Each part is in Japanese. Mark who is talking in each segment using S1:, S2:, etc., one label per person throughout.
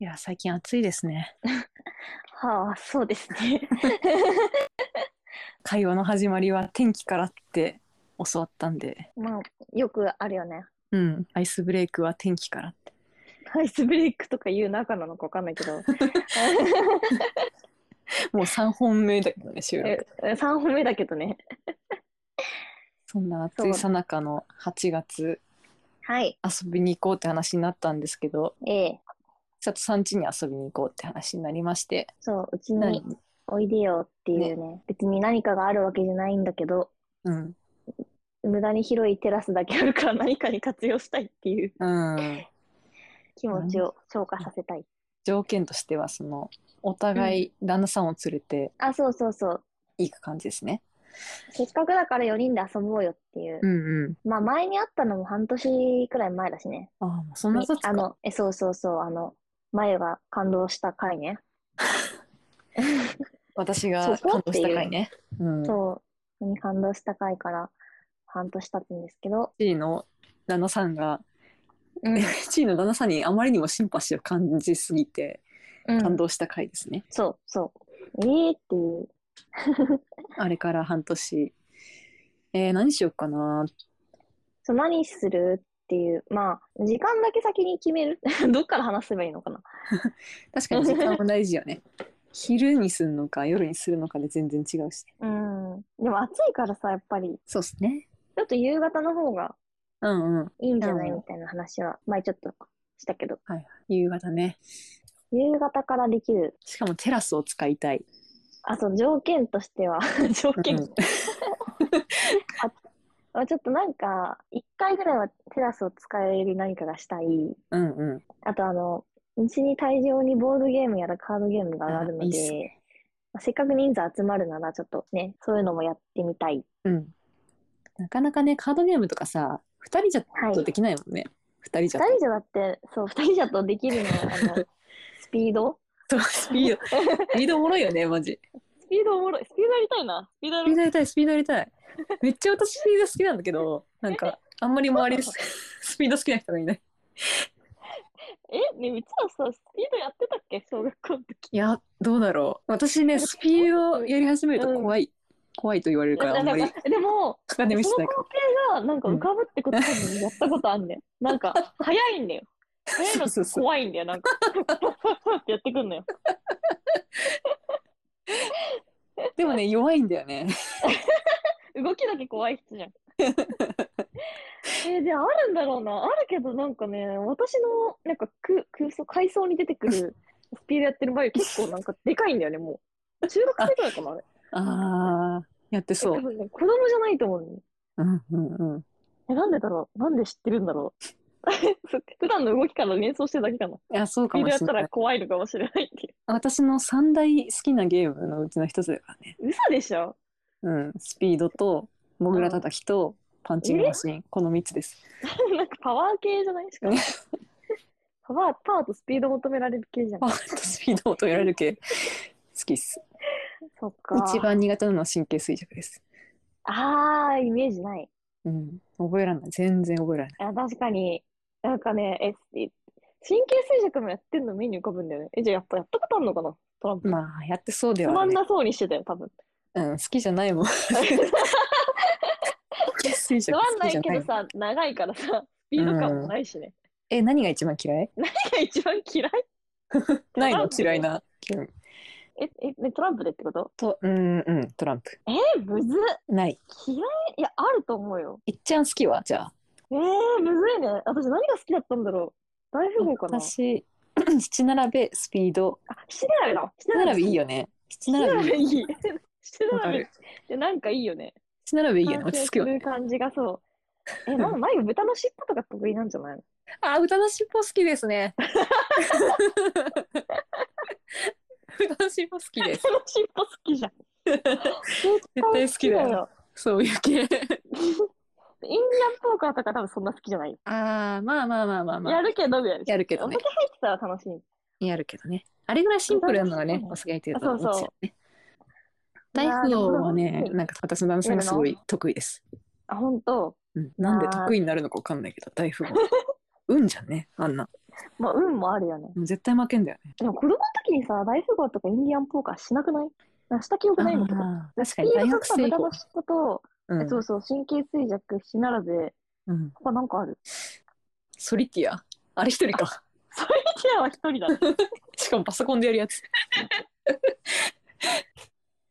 S1: いや、最近暑いですね。
S2: はあ、そうですね。
S1: 会話の始まりは天気からって教わったんで、
S2: まあ、よくあるよね。
S1: うん、アイスブレイクは天気からって。
S2: アイスブレイクとかいう中なのかわかんないけど、
S1: もう3本目だけどね、収
S2: え
S1: 録。
S2: 3本目だけどね。
S1: そんな暑いさなかの8月、
S2: はい、
S1: 遊びに行こうって話になったんですけど、
S2: ええ
S1: ちょっとさん家に遊びに行こうって話になりまして、
S2: そう、うち
S1: 何
S2: においでよっていうね、別に何かがあるわけじゃないんだけど、
S1: うん。
S2: 無駄に広いテラスだけあるから何かに活用したいっていう
S1: うん。
S2: 気持ちを消化させたい。
S1: 条件としては、その、お互い旦那さんを連れて
S2: あ、そうそうそう。
S1: 行く感じですね。
S2: せっかくだから4人で遊ぼうよっていう。
S1: うんうん。
S2: まあ前に会ったのも半年くらい前だしね。
S1: ああ、もうそんな経つ
S2: あ
S1: か。
S2: の、え、そうそうそう、あの、前が感動した回 ね。
S1: 私が感動した回ね。うん。
S2: そう、に感動した回から半年経つんですけど、
S1: チーの旦那さんが、
S2: うん、
S1: チーの旦那さんにあまりにもシンパシーを感じすぎて
S2: うん
S1: 感動した回ですね、
S2: そう、そう。ええー、っていう。
S1: あれから半年えー、何しようかな
S2: そう、何するっていう。まあ、時間だけ先に決める。 どっから話せばいいのかな。
S1: 確 かに時間は大事よね昼にするのか夜にするのかで全然違うし
S2: うん。でも暑いからさ、やっぱり、
S1: そうですね
S2: ちょっと夕方の方が
S1: うんうん
S2: いいんじゃない
S1: うん
S2: みたいな話は、前ちょっとしたけど、
S1: 夕方ね
S2: 夕方からできる。
S1: しかもテラスを使いたい、
S2: あ、そう、条件としては、条件
S1: うん
S2: ま あ、ちょっとなんか、一回ぐらいはテラスを使える何かがしたい。
S1: うんうん
S2: あとあの、うちに大量にボードゲームやらカードゲームがあるの
S1: あいいっ
S2: で、
S1: す
S2: まあせっかく人数集まるならちょっとね、そういうのもやってみたい。
S1: うんなかなかねカードゲームとかさ2人じ
S2: は
S1: ゃ
S2: い
S1: とできないもんね、二2人じ
S2: 二
S1: ゃと
S2: 人じゃだって、そう、二人じゃとできるのは、あの、スピード
S1: そうスピ ードスピードおもろいよねマジ
S2: スピードおもろい。スピードやりたいな。スピードや
S1: スピードやりたい、スピードやりたい。めっちゃ私スピード好きなんだけ ど、なんか、あんまり周 りでススピード好きな人がいない。
S2: え、ね、うちはさ、スピードやってたっけ小学校の時。
S1: いや、どうだろう。私ね、スピードやり始めると怖い。怖いと言われるから、あ んまり
S2: なんかでも、
S1: かかって
S2: その
S1: みしない
S2: 光
S1: か
S2: 景がなんか浮かぶってこと多分やったことあんねん。なんか、早いんだよ。早いの
S1: そうそうそう
S2: 怖いんだよ。なんか、ってやってくんのよ。
S1: ら。でもね、弱いんだよ ね。
S2: 動きだけ怖い人じゃん。えー、で、あるんだろうな。あるけど、なんかね、私の、なんか空、空想、階層に出てくるスピードやってる場合、結構なんかでかいんだよね、もう。中学生くらいかな、あれ。
S1: あー、やってそ
S2: 多
S1: う。
S2: 分ね子供じゃないと思うのね。
S1: うんうんうん。
S2: え、なんでだろうなんで知ってるんだろうそ普段の動きから連想してるだけかな。
S1: いや、そう
S2: ス
S1: か
S2: ピ
S1: も
S2: ードやっ
S1: したれな
S2: ら
S1: い。
S2: 怖いのかもしれないってい
S1: 私の三大好きなゲームのうちの一つだからね。
S2: う。嘘でしょ
S1: うん、スピードと、モグラ叩きと、パンチングマシン、この3つです。
S2: なんかパワー系じゃないしかも。パワー、パワーとスピード求められる系じゃん
S1: パ。ワーとスピードを止められる系、好きっす。
S2: そっか。
S1: 一。番苦手なのは神経衰弱です。
S2: あー、イメージない。
S1: うん。覚えられない。全然覚えられない。
S2: あ、確かに。なんかね、え、え神経衰弱もやってんの目に浮かぶんだよね。え、じゃあやっぱやったことあるのかなトランプ。
S1: まあ、やってそうで
S2: つ
S1: は
S2: ま
S1: あ
S2: ん
S1: る、ね。
S2: なそうにしてたよ、多分。
S1: うん、好きじゃないもん。神経衰
S2: つ
S1: 弱
S2: まん
S1: 好
S2: な
S1: き
S2: い
S1: じゃ
S2: け
S1: ない
S2: ど
S1: もん。
S2: さ、長いからさ、スピード感もないしね。
S1: え、何が一番嫌い
S2: 何が一番嫌い
S1: ない
S2: トラ
S1: の
S2: ンプ
S1: 嫌いな。うん
S2: え、え、ねトランプでってこと
S1: と、うん、うん、トランプ。
S2: え、むずっ
S1: ない。
S2: 嫌いいや、あると思うよ。
S1: いっちゃん好きはじゃあ。
S2: えー、むずいね。私何が好きだったんだろう。大富豪かな。
S1: 私、 七並べ、スピード。
S2: あ、七並べだ。七
S1: 七並べいい
S2: よ。
S1: よね。七
S2: 七
S1: 並
S2: 並
S1: べ
S2: べ
S1: いい。
S2: い い。七
S1: わか
S2: 並べ
S1: る
S2: ってなんかいいよね。
S1: 七並べいいよね。
S2: 完
S1: 落
S2: 成
S1: ち
S2: す
S1: 着くよね。
S2: る感じがそう。 え、なんか前豚の尻尾とか得意なんじゃないの
S1: あ、歌の尻尾好きです ね。 歌の尻尾好きです。
S2: 豚の尻尾好き じゃん。
S1: 絶対好きだよ。
S2: よ。
S1: そういう系。
S2: インディアンポーカーとか多分そんな好きじゃないよ。
S1: ああ、まあまあまあまあまあ。
S2: やるけどぐらいでしょ
S1: やるけどね
S2: お酒入ってたら楽しい。
S1: やるけどね。あれぐらいシンプルなのがね、
S2: うん
S1: お酒入ってると思うんですよね。
S2: そうそう
S1: 大富豪は
S2: あー
S1: ね
S2: で、も
S1: なんか私の旦那さんがすごい得意です。
S2: あ、ほんと。
S1: うん、なんで得意になるのかわかんないけど、大富豪。運じゃんね、あんな。
S2: まあ、運もあるよね。
S1: 絶対負けんだよね。
S2: でも子供の時にさ、大富豪とかインディアンポーカーしなくないなんかした記憶ないのとか。
S1: あー確か
S2: ス
S1: に
S2: ピー
S1: 大
S2: ドと
S1: 学
S2: さ、
S1: 生
S2: 無
S1: 以
S2: 駄
S1: 降
S2: な。人と、
S1: うん
S2: そうそう、神経衰弱しならで、
S1: うん、
S2: 他なんかある。
S1: ソリティア。あれ一人か。
S2: それ以外は一人だ。
S1: しかもパソコンでやるや つ。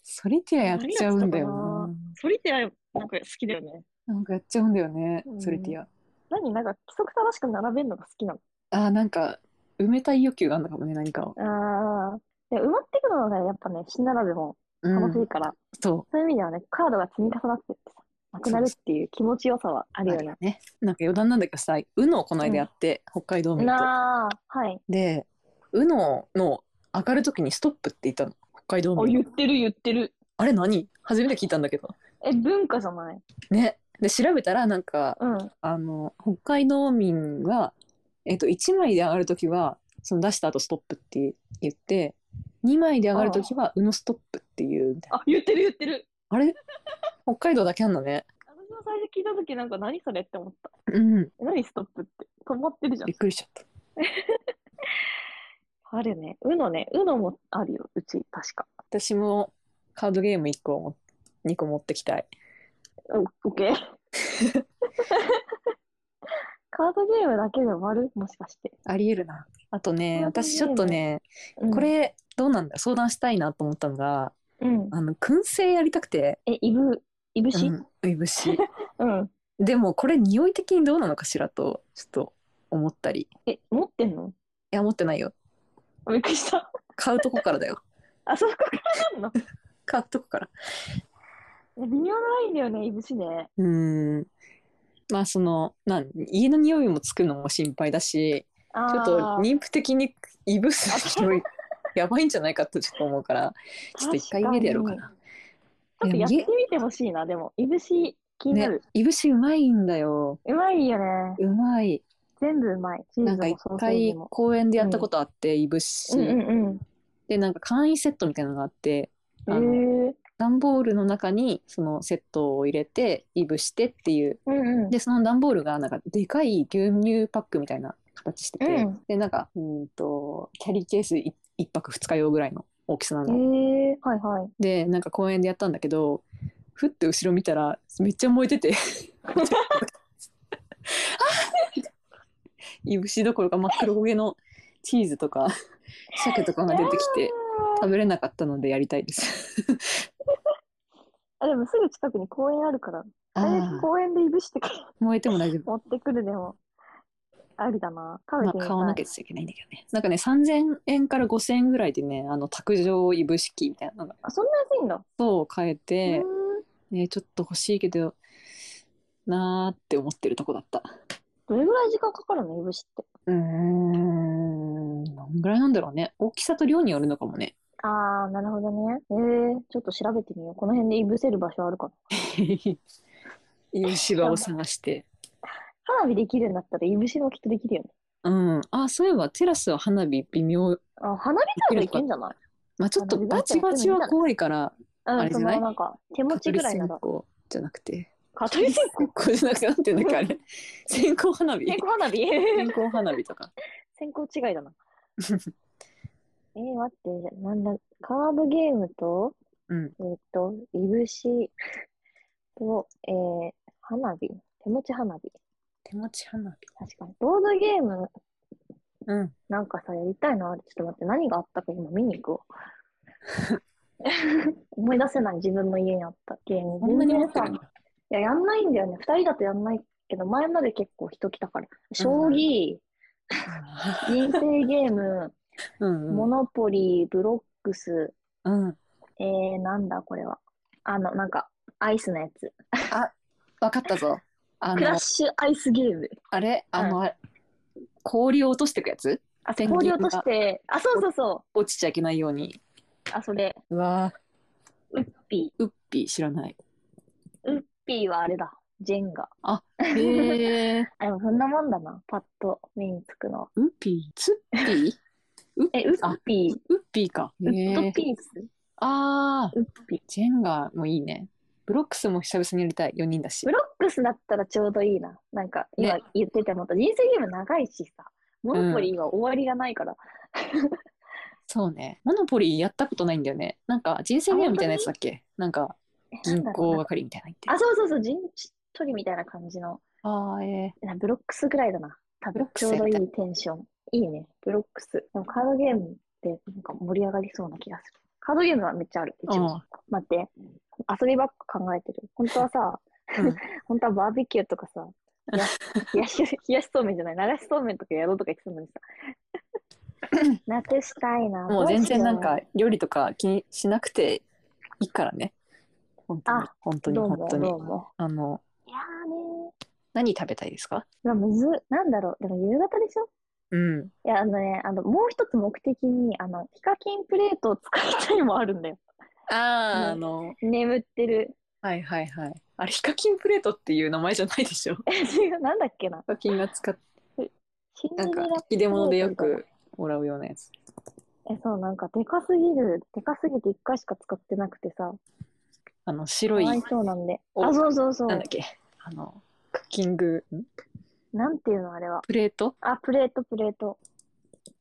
S1: ソリティアやっちゃうんだよな。
S2: それってなんか好きだよね。
S1: なんかやっちゃうんだよね
S2: う、ん
S1: ソリティア。
S2: 何なんか規則正しく並べるのが好きなの。
S1: あーなんか埋めたい欲求があるのかもね、何かを。
S2: ああ。で、埋まっていくのがねやっぱね、死ならでも
S1: う
S2: 楽しい
S1: ん、
S2: から、
S1: そ
S2: そういう意味ではね、カードが積み重なってってさ、なくなるっていう気持ちよさはあ
S1: う。
S2: る
S1: あ
S2: よ
S1: れ
S2: ね
S1: だ。ね。なんか余談なんだけどさ、UNO この間やって、北海道民と。
S2: なあ、はい。
S1: で、UNO の上がるときにストップって言ったの。北海道
S2: あ、
S1: 民。
S2: 言ってる言ってる。
S1: あれ何初めて聞いたんだけど。
S2: え、文化じゃない
S1: ね。で、調べたら、なんか、
S2: うん。
S1: あの、北海道民は、えっと、1枚で上がるときは、その出した後ストップって言って、2枚で上がるときは、うのストップっていうみたいな。
S2: あ、言ってる言ってる。
S1: あれ北海道だけあんだね。
S2: 私も最初聞いたときなんか何それって思った。
S1: うん。
S2: え何ストップって。止まってるじゃん
S1: びっ。くりしちゃった。
S2: あるね。うのね。うのもあるよ。うち、確か。
S1: 私もカードゲーム1個も、2個持ってきたい。
S2: うん、オッケ ー。カードゲームだけで終わるもしかして。
S1: ありえるな。あとね、
S2: カードゲーム
S1: 私ちょっとね、
S2: うん
S1: こ、れ、どうなんだ相談したいなと思ったのが、
S2: うん。
S1: あの、燻製やりたくて。
S2: え、いぶ、いぶし
S1: うん、いぶし。
S2: うん。
S1: でも、これ、匂い的にどうなのかしらと、ちょっと思ったり。
S2: え、持ってんの
S1: いや、持ってないよ。
S2: あびっくりした。
S1: 買うとこからだよ。
S2: あそこか らなんの
S1: 買うとこから。
S2: え微妙なラインだよね、いぶしね。
S1: うーん。まあ、その、なん、家の匂いもつくのも心配だし、
S2: あ
S1: ちょっと妊婦的にいぶす匂い、 やばいんじゃないかとちょっと思うから、ちょっと一回家でやろうかな。
S2: ちょっとやってみてほしいな、でも。いぶし、気にな
S1: ね
S2: る。、
S1: いぶしうまいんだよ。
S2: うまいよね。
S1: うまい。
S2: 全部うまい。チー
S1: なん
S2: ズ
S1: か
S2: も
S1: 一
S2: ソーセージ
S1: 回
S2: も。
S1: 公園でやったことあって、いぶし
S2: うん。うんうん。
S1: で、なんか簡易セットみたいなのがあって、
S2: え
S1: あの段ボールの中にそのセットを入れて、いぶしてっていう
S2: うんうん。
S1: でその段ボールがなんかでかい牛乳パックみたいな形してて、
S2: うん
S1: でなんかうーんとキャリーケース1泊2日用ぐらいの大きさな
S2: え
S1: の、
S2: ー、はいはい。
S1: でなんか公園でやったんだけどふって後ろ見たらめっちゃ燃えて ていぶしどころか真っ黒焦げのチーズとか鮭とかが出てきて食べれなかったのでやりたいです。
S2: あ、でもすぐ近くに公園あるから、
S1: あ
S2: 大学
S1: ー
S2: 公園でいぶしてから
S1: 燃えても大丈夫
S2: 持ってくるでも、ありだな。食べ
S1: まあ、
S2: てみたい。
S1: 買わなきゃいけないんだけどね。なんかね、3000円から5000円ぐらいでね、あの、卓上いぶし器みたいなのが、
S2: あ、そんな安いんだ。
S1: そう変えて
S2: う、ん
S1: ね、ちょっと欲しいけど、なーって思ってるとこだった。
S2: どれぐらい時間かかるのいぶしって。
S1: うーん、どんぐらいなんだろうね。大きさと量によるのかも ね。
S2: あー、なるほどね。えー、ちょっと調べてみよう。この辺でいぶせる場所あるかな。
S1: いぶし場を探して。
S2: 花火できるんだったら、いぶしもきっとできるよね。
S1: うん。あ、そういえば、テラスは花火微妙。
S2: あ、花火大会いけんじゃない
S1: まあ、ちょっとバチバチは怖いから、あ
S2: う
S1: れ
S2: ん、
S1: じゃ
S2: そ
S1: ない
S2: のなんか、手持ちぐらいなら。
S1: こうじゃなくて。
S2: 蚊取り線香
S1: これじゃなくて、なんていうんだっけ、あ れ。線香花火。
S2: 線香花火
S1: 線香花火とか。
S2: 線香違 いだな。えー、待って、なんだ、カードゲームと、
S1: うん。
S2: えっと、いぶしと、えー、花火、手持ち花火。
S1: 手持ち花火。
S2: 確かに。ボードゲーム
S1: うん。
S2: なんかさ、やりたいな。ちょっと待って、何があったか今見に行こ う。思い出せない自分の家にあったゲーム。
S1: こんなに持
S2: 全
S1: って
S2: 然
S1: るん
S2: さ
S1: だ。
S2: いや、やんないんだよね。二人だとやんないけど、前まで結構人来たから。将棋、人生ゲーム、
S1: うん
S2: モノポリー、ブロックス、
S1: うん。うん。
S2: えー、なんだこれは。あの、なんか、アイスのやつ。
S1: わかったぞ。あ
S2: クラ
S1: の
S2: ッ、シュアイスゲーム。
S1: あれあの、あれ氷を落としてくやつ
S2: あ、
S1: ペンギンが
S2: 氷落として、あ、そうそうそ
S1: 落ちちゃいけないように。
S2: う。あ、それ、
S1: うわ
S2: ピ
S1: ウッピー知らない。
S2: ー。ウッピーはあれだ。ジェンガ。
S1: へえ。
S2: あ、でもそんなもんだな。パッと目につくのは。
S1: ウッピーツッピー
S2: え、ウッピ
S1: ウッピーか。
S2: ー。ウッド
S1: へえ。
S2: ピース。
S1: あー、
S2: ウッピー。
S1: ジェンガもいいね。ブロックスも久々にやりたい。4人だし
S2: ブ。ロックスだったらちょうどいいな。なんか、今
S1: ね
S2: 言ってて思った。人生ゲーム長いしさ。モノポリーは終わりがないから。
S1: そうね。モノポリーやったことないんだよね。なんか人生ゲームみたいなやつだっけなんか
S2: え
S1: 銀
S2: なんだろう
S1: 行
S2: な
S1: 係みたいなの言
S2: あ、
S1: って。
S2: そうそうそう、陣地取りみたいな感じの。
S1: ああ、え
S2: なブロックスぐらいだな。多
S1: ブロ
S2: 分
S1: ック
S2: ち
S1: ス
S2: ょうどい
S1: やり
S2: いテンション。いいね、ブロックス。でもカードゲームってなんか盛り上がりそうな気がする。カードゲームはめっちゃある。一
S1: うん
S2: 応。待って。遊びばっか考えてる。本当はさ、
S1: えうん
S2: 本当はバーベキューとかさ、冷やし冷やし冷やしそうめんじゃない、流しそうめんとかやろうとか言ってたのにさ。 なくしたいな。
S1: もう全然なん
S2: どうしよ
S1: か料理とか気にしなくていいからね。本当に
S2: あ、
S1: 本当に、
S2: どうも
S1: 本当に
S2: どうも。
S1: あの、
S2: う。いやーね
S1: 何食べたいですか
S2: ー。まあ、むず、なんだろう。でも夕方でしょ
S1: うん。
S2: いや、あのね、あの、もう一つ目的に、あの、ヒカキンプレートを使いたいもあるんだよ。
S1: あ
S2: ね
S1: あ、あの、
S2: 眠ってる。
S1: はいはいはい。あれ、ヒカキンプレートっていう名前じゃないでしょ。ヒ
S2: え、違う、なんだっけな。
S1: カキンが使っ
S2: シンデ
S1: なん
S2: レ
S1: か
S2: ラ
S1: 引き出物でよ
S2: プレートみ
S1: くもらうようなやつ。
S2: たいな。え、そう、なんか、でかすぎる。でかすぎて一回しか使ってなくてさ、
S1: あの、
S2: か
S1: 白い、
S2: わ
S1: ないん
S2: そうなんで。
S1: お
S2: あ、そうそうそう。
S1: だっけ、あの、クッキング、ん
S2: なんていうの、あれは。
S1: プレート
S2: あ、プレート、プレート。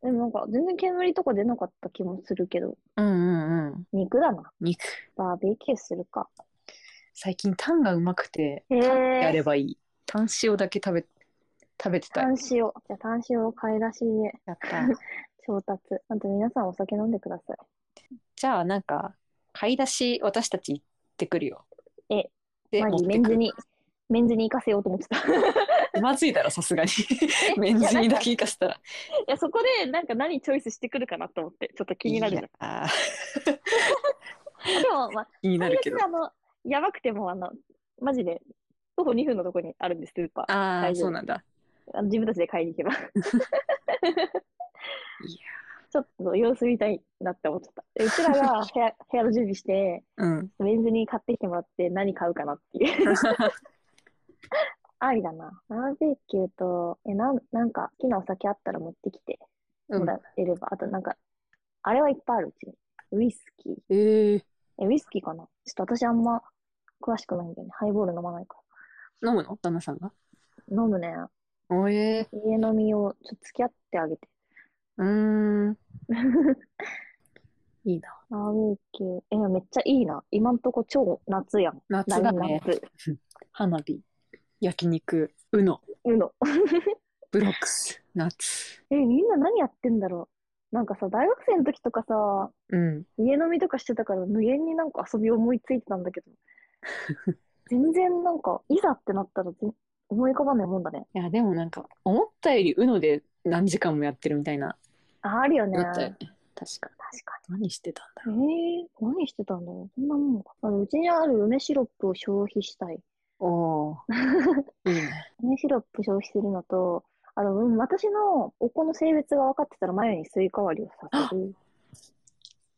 S2: でもなんか、全然煙とか出なかった気もするけど、
S1: うんうんうん。
S2: 肉だな。
S1: 肉。
S2: バーベキューするか。
S1: 最近タンがうまくて、
S2: へえ
S1: やれ
S2: ー。
S1: ばいい。タン塩だけ食べ、食べてた。
S2: タ
S1: や
S2: ン塩。じゃあ、タン塩を買い出しで
S1: った。
S2: 調達。あと皆さんお酒飲んでください。
S1: じゃあなんか買い出し私たち行ってくるよ。
S2: え、
S1: で
S2: マ
S1: 持っ
S2: ジ
S1: て
S2: メンズに、メンズに行かせようと思ってた。
S1: くまずいだろさす がに。 メンズにだけ行かせたら。
S2: いや、そこで、なんか何チョイスしてくるかなと思って、ちょっと気になるじゃん。
S1: ゃん。
S2: でも、まあ、
S1: 気になるけ
S2: 最
S1: ど
S2: 悪。あの、やばくても、あの、マジで、徒歩2分のとこにあるんです、スーパー。
S1: ああ
S2: 大丈夫
S1: そうなんだ。
S2: あの自分たちで買いに行 けば。
S1: いや
S2: ちょっと様子見たいなって思っちゃった。でうち らが部屋部屋の準備して、
S1: うん。
S2: メンズに買ってきてもらって何買うかなっ ていう。ありだな。バーベキューと、え、なん、なんか、好きなお酒あったら持ってきて
S1: う
S2: も
S1: ん
S2: らえれば。あと、なんか、あれはいっぱいある、うちに。ウイスキー。
S1: ええ
S2: え、ウイスキーかなちょっと私あんま詳しくないんだよね。ハイボール飲まないか
S1: 飲むの旦那さんが。
S2: ら。飲むね。
S1: おえ
S2: 家飲みをちょっと付き合ってあげて。
S1: うーんいいな。
S2: バーベキュー。え、めっちゃいいな。今んとこ超夏やん。
S1: 夏だ
S2: ラインナ
S1: ね
S2: ッ。プ。
S1: 花火、焼肉、うの、
S2: うの。
S1: ブロックス、夏。
S2: え、みんな何やってんだろう。なんかさ、大学生の時とかさ、
S1: うん。
S2: 家飲みとかしてたから無限になんか遊び思いついてたんだ けど。全然なんか、いざってなったら全思い浮かばないもんだね。
S1: いやでもなんか思ったよりうので何時間もやってるみたいな。
S2: あ、あるよね。
S1: だったよ
S2: 確
S1: ね。確か。
S2: か
S1: 何してたんだろう
S2: に。えー、何してたんだろう。そんなもんか。あのうちにある梅シロップを消費したい。
S1: おお。 いいね。
S2: 梅シロップ消費するのと、あの、うん私のお子の性別が分かってたら前にスイカ割りをさせる。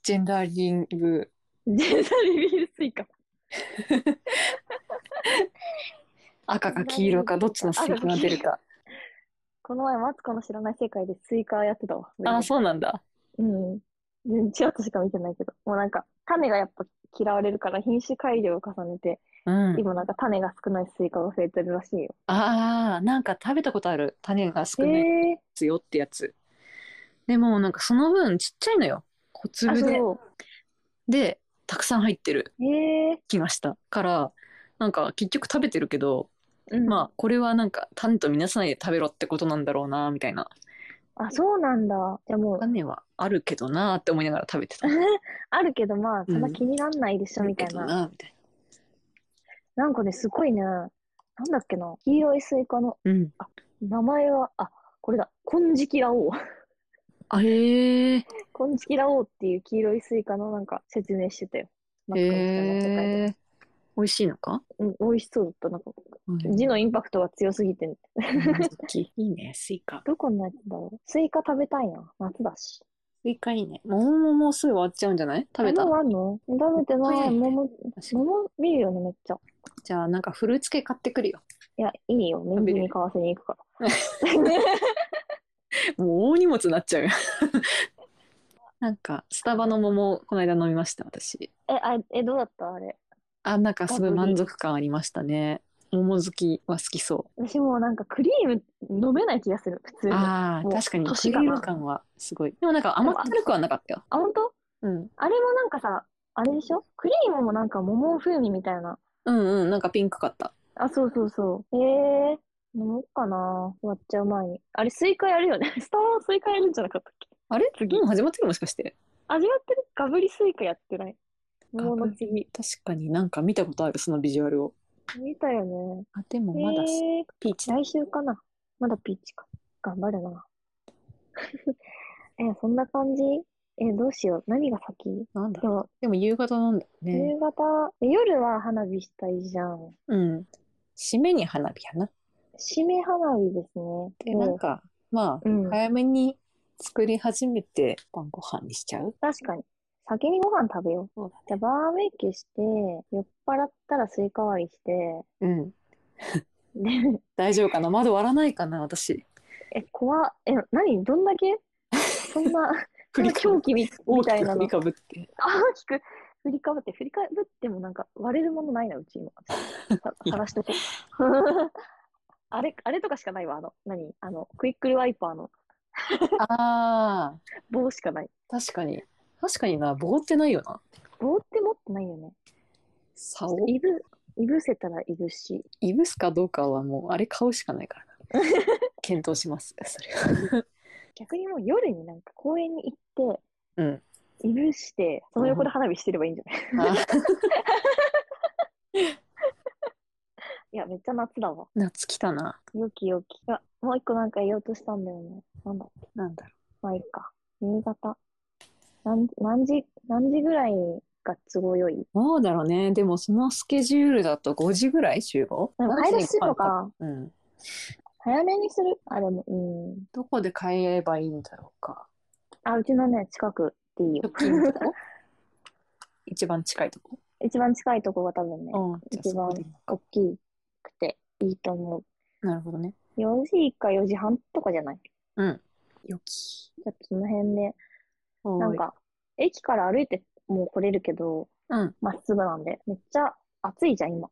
S1: ジェンダーリング。
S2: ジェンダーリビールスイカ。
S1: 赤か黄色かどっちのスイカが出るか。
S2: この前、マツコの知らない世界でスイカやってたわ。
S1: あ、そうなんだ。
S2: う。うん。全然ちらっとしか見てないけど。もうなんか、種がやっぱ嫌われるから品種改良を重ねて、
S1: うん。
S2: 今なんか種が少ないスイカが増えてるらしいよ。
S1: ああ、なんか食べたことある。種が少
S2: へ
S1: ない
S2: え
S1: ですよってやつ。でもなんかその分ちっちゃいのよ。小
S2: ー。あ、
S1: 粒で。
S2: そ
S1: で、たくさん入ってる。
S2: う。へえ
S1: きました。から、なんか結局食べてるけど、
S2: ー。うん。
S1: まあこれはなんか種と見なさないで食べろってことなんだろうな、みたいな。
S2: あ、そうなんだ。じゃあもう、
S1: 種はあるけどなーって思いながら食べてた。
S2: あるけどまあ、そんな気になんないでしょ、みたい
S1: け
S2: な
S1: ど。なみたい
S2: なんかね、すごいね、なんだっけな、黄色いスイカの
S1: な。うん。
S2: 名前は、あ、これだ、金色ラオウ。
S1: あへえ。
S2: 金色ラオウっていう黄色いスイカのなんか説明してたよ。マツコの人の世界
S1: へ
S2: で
S1: え。美味しいの か？
S2: うん、美味しそうだった。なんか、
S1: うん
S2: 字のインパクトが強すぎて、
S1: いいね、スイカ。
S2: どこのやつだろう。スイカ食べたいな、夏だし。
S1: スイカいいね。桃ももうすぐ終わっちゃうんじゃない食べた
S2: あもうあんの食べてな
S1: 早
S2: い。
S1: いね
S2: 桃、桃見るよね、めっちゃ。
S1: じゃあ、なんかフルーツ系買ってくるよ。
S2: いや、いいよ。メンズに買わせに行くから。
S1: もう大荷物になっちゃうよ。 なんか、スタバの桃、この間飲みました、私。
S2: え、あえ、どうだったあれ。
S1: あ、なんかすごい満足感ありましたね。桃好きは好きそ
S2: 私もうなんかクリーム飲めない気がする、普通
S1: う。
S2: に。あ、
S1: ああ、
S2: もう
S1: 確かに、ク
S2: 年
S1: リ
S2: だ
S1: ー
S2: な
S1: ム感はすごい。でもなんか甘ったるくはなかったよ。
S2: 本当
S1: うん。
S2: あれもなんかさ、あれでしょクリームもなんか桃風味みたいな。
S1: うんうん、なんかピンクかった。
S2: あ、そうそうそう。へえー、飲もうかな。終わっちゃう前に。あれ、スイカやるよね。 スタバはスイカやるんじゃなかったっけ
S1: あれ次もう始まってるもしかして。
S2: 味わってるガブリスイカやってない。桃の次。
S1: 確かになんか見たことある、そのビジュアルを。
S2: 見たよね。
S1: あ、でもまだ
S2: へえ
S1: ピーチだ。
S2: 来週かな。まだピーチか。頑張るな。 え、そんな感じえ、どうしよう。何が先
S1: なんだ
S2: で。も、
S1: でも夕方なんだよね。
S2: 夕方、え夜は花火したいじゃん。
S1: うん。締めに花火やな。
S2: 締め花火ですね。
S1: で、なんか、ま
S2: うん
S1: あ、早めに作り始めて晩ご飯にしちゃう
S2: 確かに。先にご飯食べよう。
S1: そう
S2: じゃあ、バーベキューして、酔っ払ったらスイカ割りして、
S1: うん。
S2: で、
S1: 大丈夫かな窓割らないかな私。
S2: え、怖っえ、何どんだけそん な、そんな狂気み
S1: 大
S2: みた
S1: き
S2: い
S1: く
S2: な
S1: 振
S2: の
S1: り。かぶって。
S2: あ、大きく振りかぶって、振りかぶってもなんか割れるものないな、うち今。さ
S1: いや
S2: 探しとこう。 あれ、あれとかしかないわ、あの、何あの、クイックルワイパーの
S1: ああ、
S2: 棒しかない。
S1: 確かに。確かにな、棒ってないよな。
S2: 棒って持ってないよね。
S1: 竿
S2: いぶ、いぶせたらいぶし。
S1: いぶすかどうかはもう、あれ買うしかないからな。 検討します、それは。
S2: 逆にもう夜になんか公園に行って、
S1: うん。
S2: いぶして、その横で花火してればいいんじゃない、
S1: あー
S2: いや、めっちゃ夏だわ。
S1: 夏来たな。
S2: よきよき。あ、もう一個なんか言おうとしたんだよね。なんだっけ。
S1: なんだろ
S2: まあいいか。夕方。何、何時、何時ぐらいが都合よい。
S1: う。どうだろうね。でも、そのスケジュールだと5時ぐらい集合
S2: でも買い出しするの。か。
S1: うん。
S2: 早めにするあ、でも、うん。
S1: どこで買えばいいんだろうか。
S2: あ、うちのね、近くでいい
S1: 直
S2: よ。
S1: 近のとこ一番近いとこ
S2: 一番近いとこが多分ね、
S1: うん。じゃあ
S2: 一
S1: そ
S2: 番
S1: こでいい
S2: 大きくていいと思
S1: なるほどね。
S2: う。4時か4時半とかじゃない
S1: うん。よき。
S2: ちょっとその辺で、
S1: おーい
S2: なんか、駅から歩いてもう来れるけど、
S1: うん。
S2: まっすぐなんで、めっちゃ暑いじゃん、今。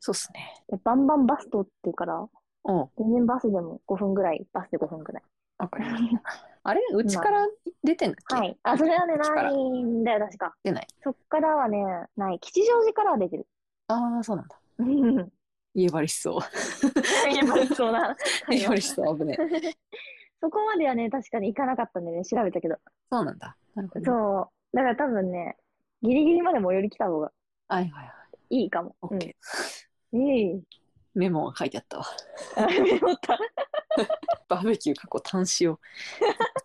S1: そうっすね。
S2: でバンバンバス通ってるから、
S1: うん。
S2: 全然バスでも5分ぐらい、バスで5分ぐらい。
S1: わかりました。あれうちから出てんだっけ、
S2: はい。あ、それはね、
S1: こっちから
S2: ないんだよ、確か。
S1: 出ない。
S2: そっからはね、ない。吉祥寺からは出てる。
S1: ああ、そうなんだ。
S2: うん。
S1: 家張りしそう。
S2: やっぱりそうな。
S1: 家張りしそう。危ねえ。
S2: そこまではね、確かに行かなかったんでね、調べたけど。
S1: そうなんだ。なるほど。はい
S2: そう。だから多分ね、ギリギリまで最寄り来た方が
S1: はいはい。
S2: いいかも。
S1: オッケー。
S2: うん。いい。
S1: メモが書いてあったわ。
S2: あ、メモった。
S1: バーベキュー過去端子 を。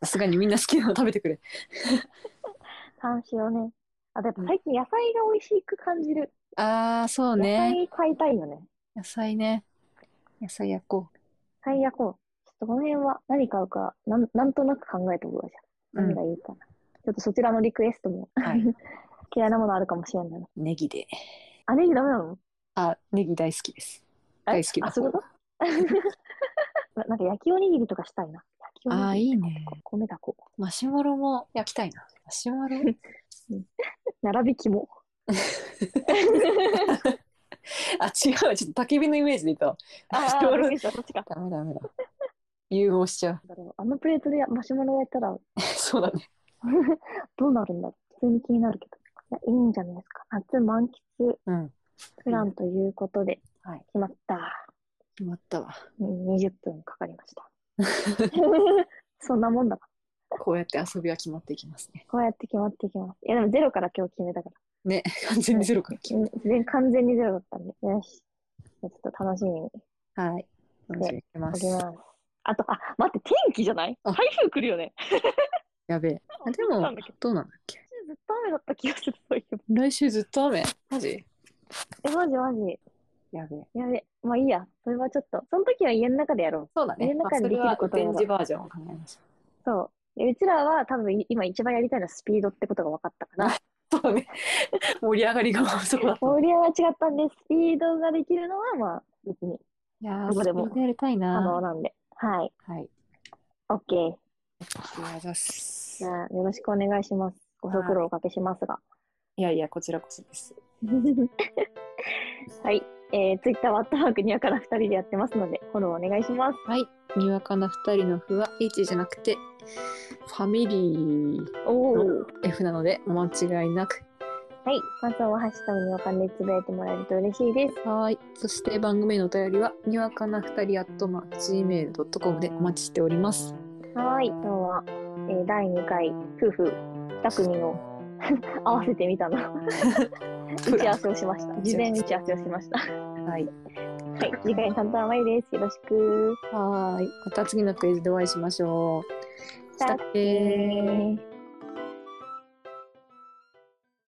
S1: さすがにみんな好きなの食べてくれ。
S2: 三をね。あ、だって最近野菜が美味しく感じる。
S1: ああ、そう
S2: 野
S1: ね。
S2: 菜買いたいよね。
S1: 野菜ね。野菜焼こ
S2: 野菜焼こう。ちょっとこの辺は何買うか、なんなんとなく考えておくわじ
S1: う。
S2: ゃん。何がいいかな。ちょっとそちらのリクエストも
S1: はい。
S2: 嫌いなものあるかもしれないな。
S1: ネギで。
S2: あ、ネギダメなの
S1: あ、ネギ大好きです。
S2: あ
S1: 大好きな
S2: あ、そういうこと ななんか焼きおにぎりとかしたいな。焼きおにぎり。
S1: ああ、いいね。
S2: 米だこ。
S1: マシュマロも焼きたいな。マシュマロ
S2: 並び き も。
S1: あ、違う。ちょっと焚き火のイメージでいたわ。マシュマ
S2: びっ
S1: ロ
S2: く。りしたそっちか。
S1: ダメダメだ。 融合しちゃ
S2: なんだろうあのプレートでやマシュマロ焼いたら
S1: う。 そうだね。
S2: どうなるんだろう普通に気になるけど。いや、いいんじゃないですか。夏満喫
S1: うん。
S2: プランということで、
S1: うんはい
S2: 決まった。
S1: 決まったわ。
S2: うん20分かかりました。 そんなもんだな。
S1: こうやって遊びは決まっていきますね。
S2: こうやって決まっていきます。いや、でもゼロから今日決めたから。
S1: ね、 完全にゼロから決
S2: うん全完全にゼロだったんで。よし。じゃあちょっと楽しみに
S1: めはい。楽しみにしてま
S2: お
S1: す
S2: き。ます。あと、あ、待って、天気じゃない
S1: あ
S2: 台風来るよね。
S1: やべえ。あで
S2: 思っ
S1: も
S2: たんだけど、
S1: どうなんだっけ
S2: ずっと雨だった気がする。そういえば
S1: 来週ずっと雨。マジ
S2: え、マジマジ。
S1: やべえ。
S2: やべ。まあいいや。それはちょっと、その時は家の中でやろう。
S1: そうだね。
S2: 家の
S1: まあ
S2: 中
S1: そ
S2: で
S1: れ
S2: できる
S1: は
S2: ことを
S1: 展示バージョンを考えまし
S2: そう。でうちらは多分い今一番やりたいのはスピードってことが分かったから、
S1: ょ う。そうね。盛り上がりがそうだった。
S2: 盛り上がり違ったんで、スピードができるのはまあ、別に
S1: いや
S2: どこでも
S1: それやりたい
S2: 可
S1: な。
S2: 能なんで。はい。
S1: はい。ありが
S2: OK。
S1: とうございま
S2: じ
S1: す
S2: ゃ。あ、よろしくお願いします。ご 足労おかけしますが。
S1: いやいや、こちらこそです。
S2: はい。えー、ツイッターはアットマークにやから2人でやってますので、フォローお願いします。
S1: はい。にわかな二人のふは H じゃなくて、ファミリー
S2: おー。
S1: の F なので、お間違いなく。
S2: はい。感想はハッシュタグにわかんでつぶやいてもらえると嬉しいです。
S1: はい。そして番組へのお便りは、にわかな二人アットマーク Gmail.com でお待ちしております。
S2: はい。今日は、えー第2回、夫婦2組の 合わせてみたの。打ち合わせをしました。事前打ち合わせをしました。は
S1: はい。
S2: い。次回担当はまゆです。よろしく。
S1: はーい。また次のクイズでお会いしましょう。したっけー。
S2: ー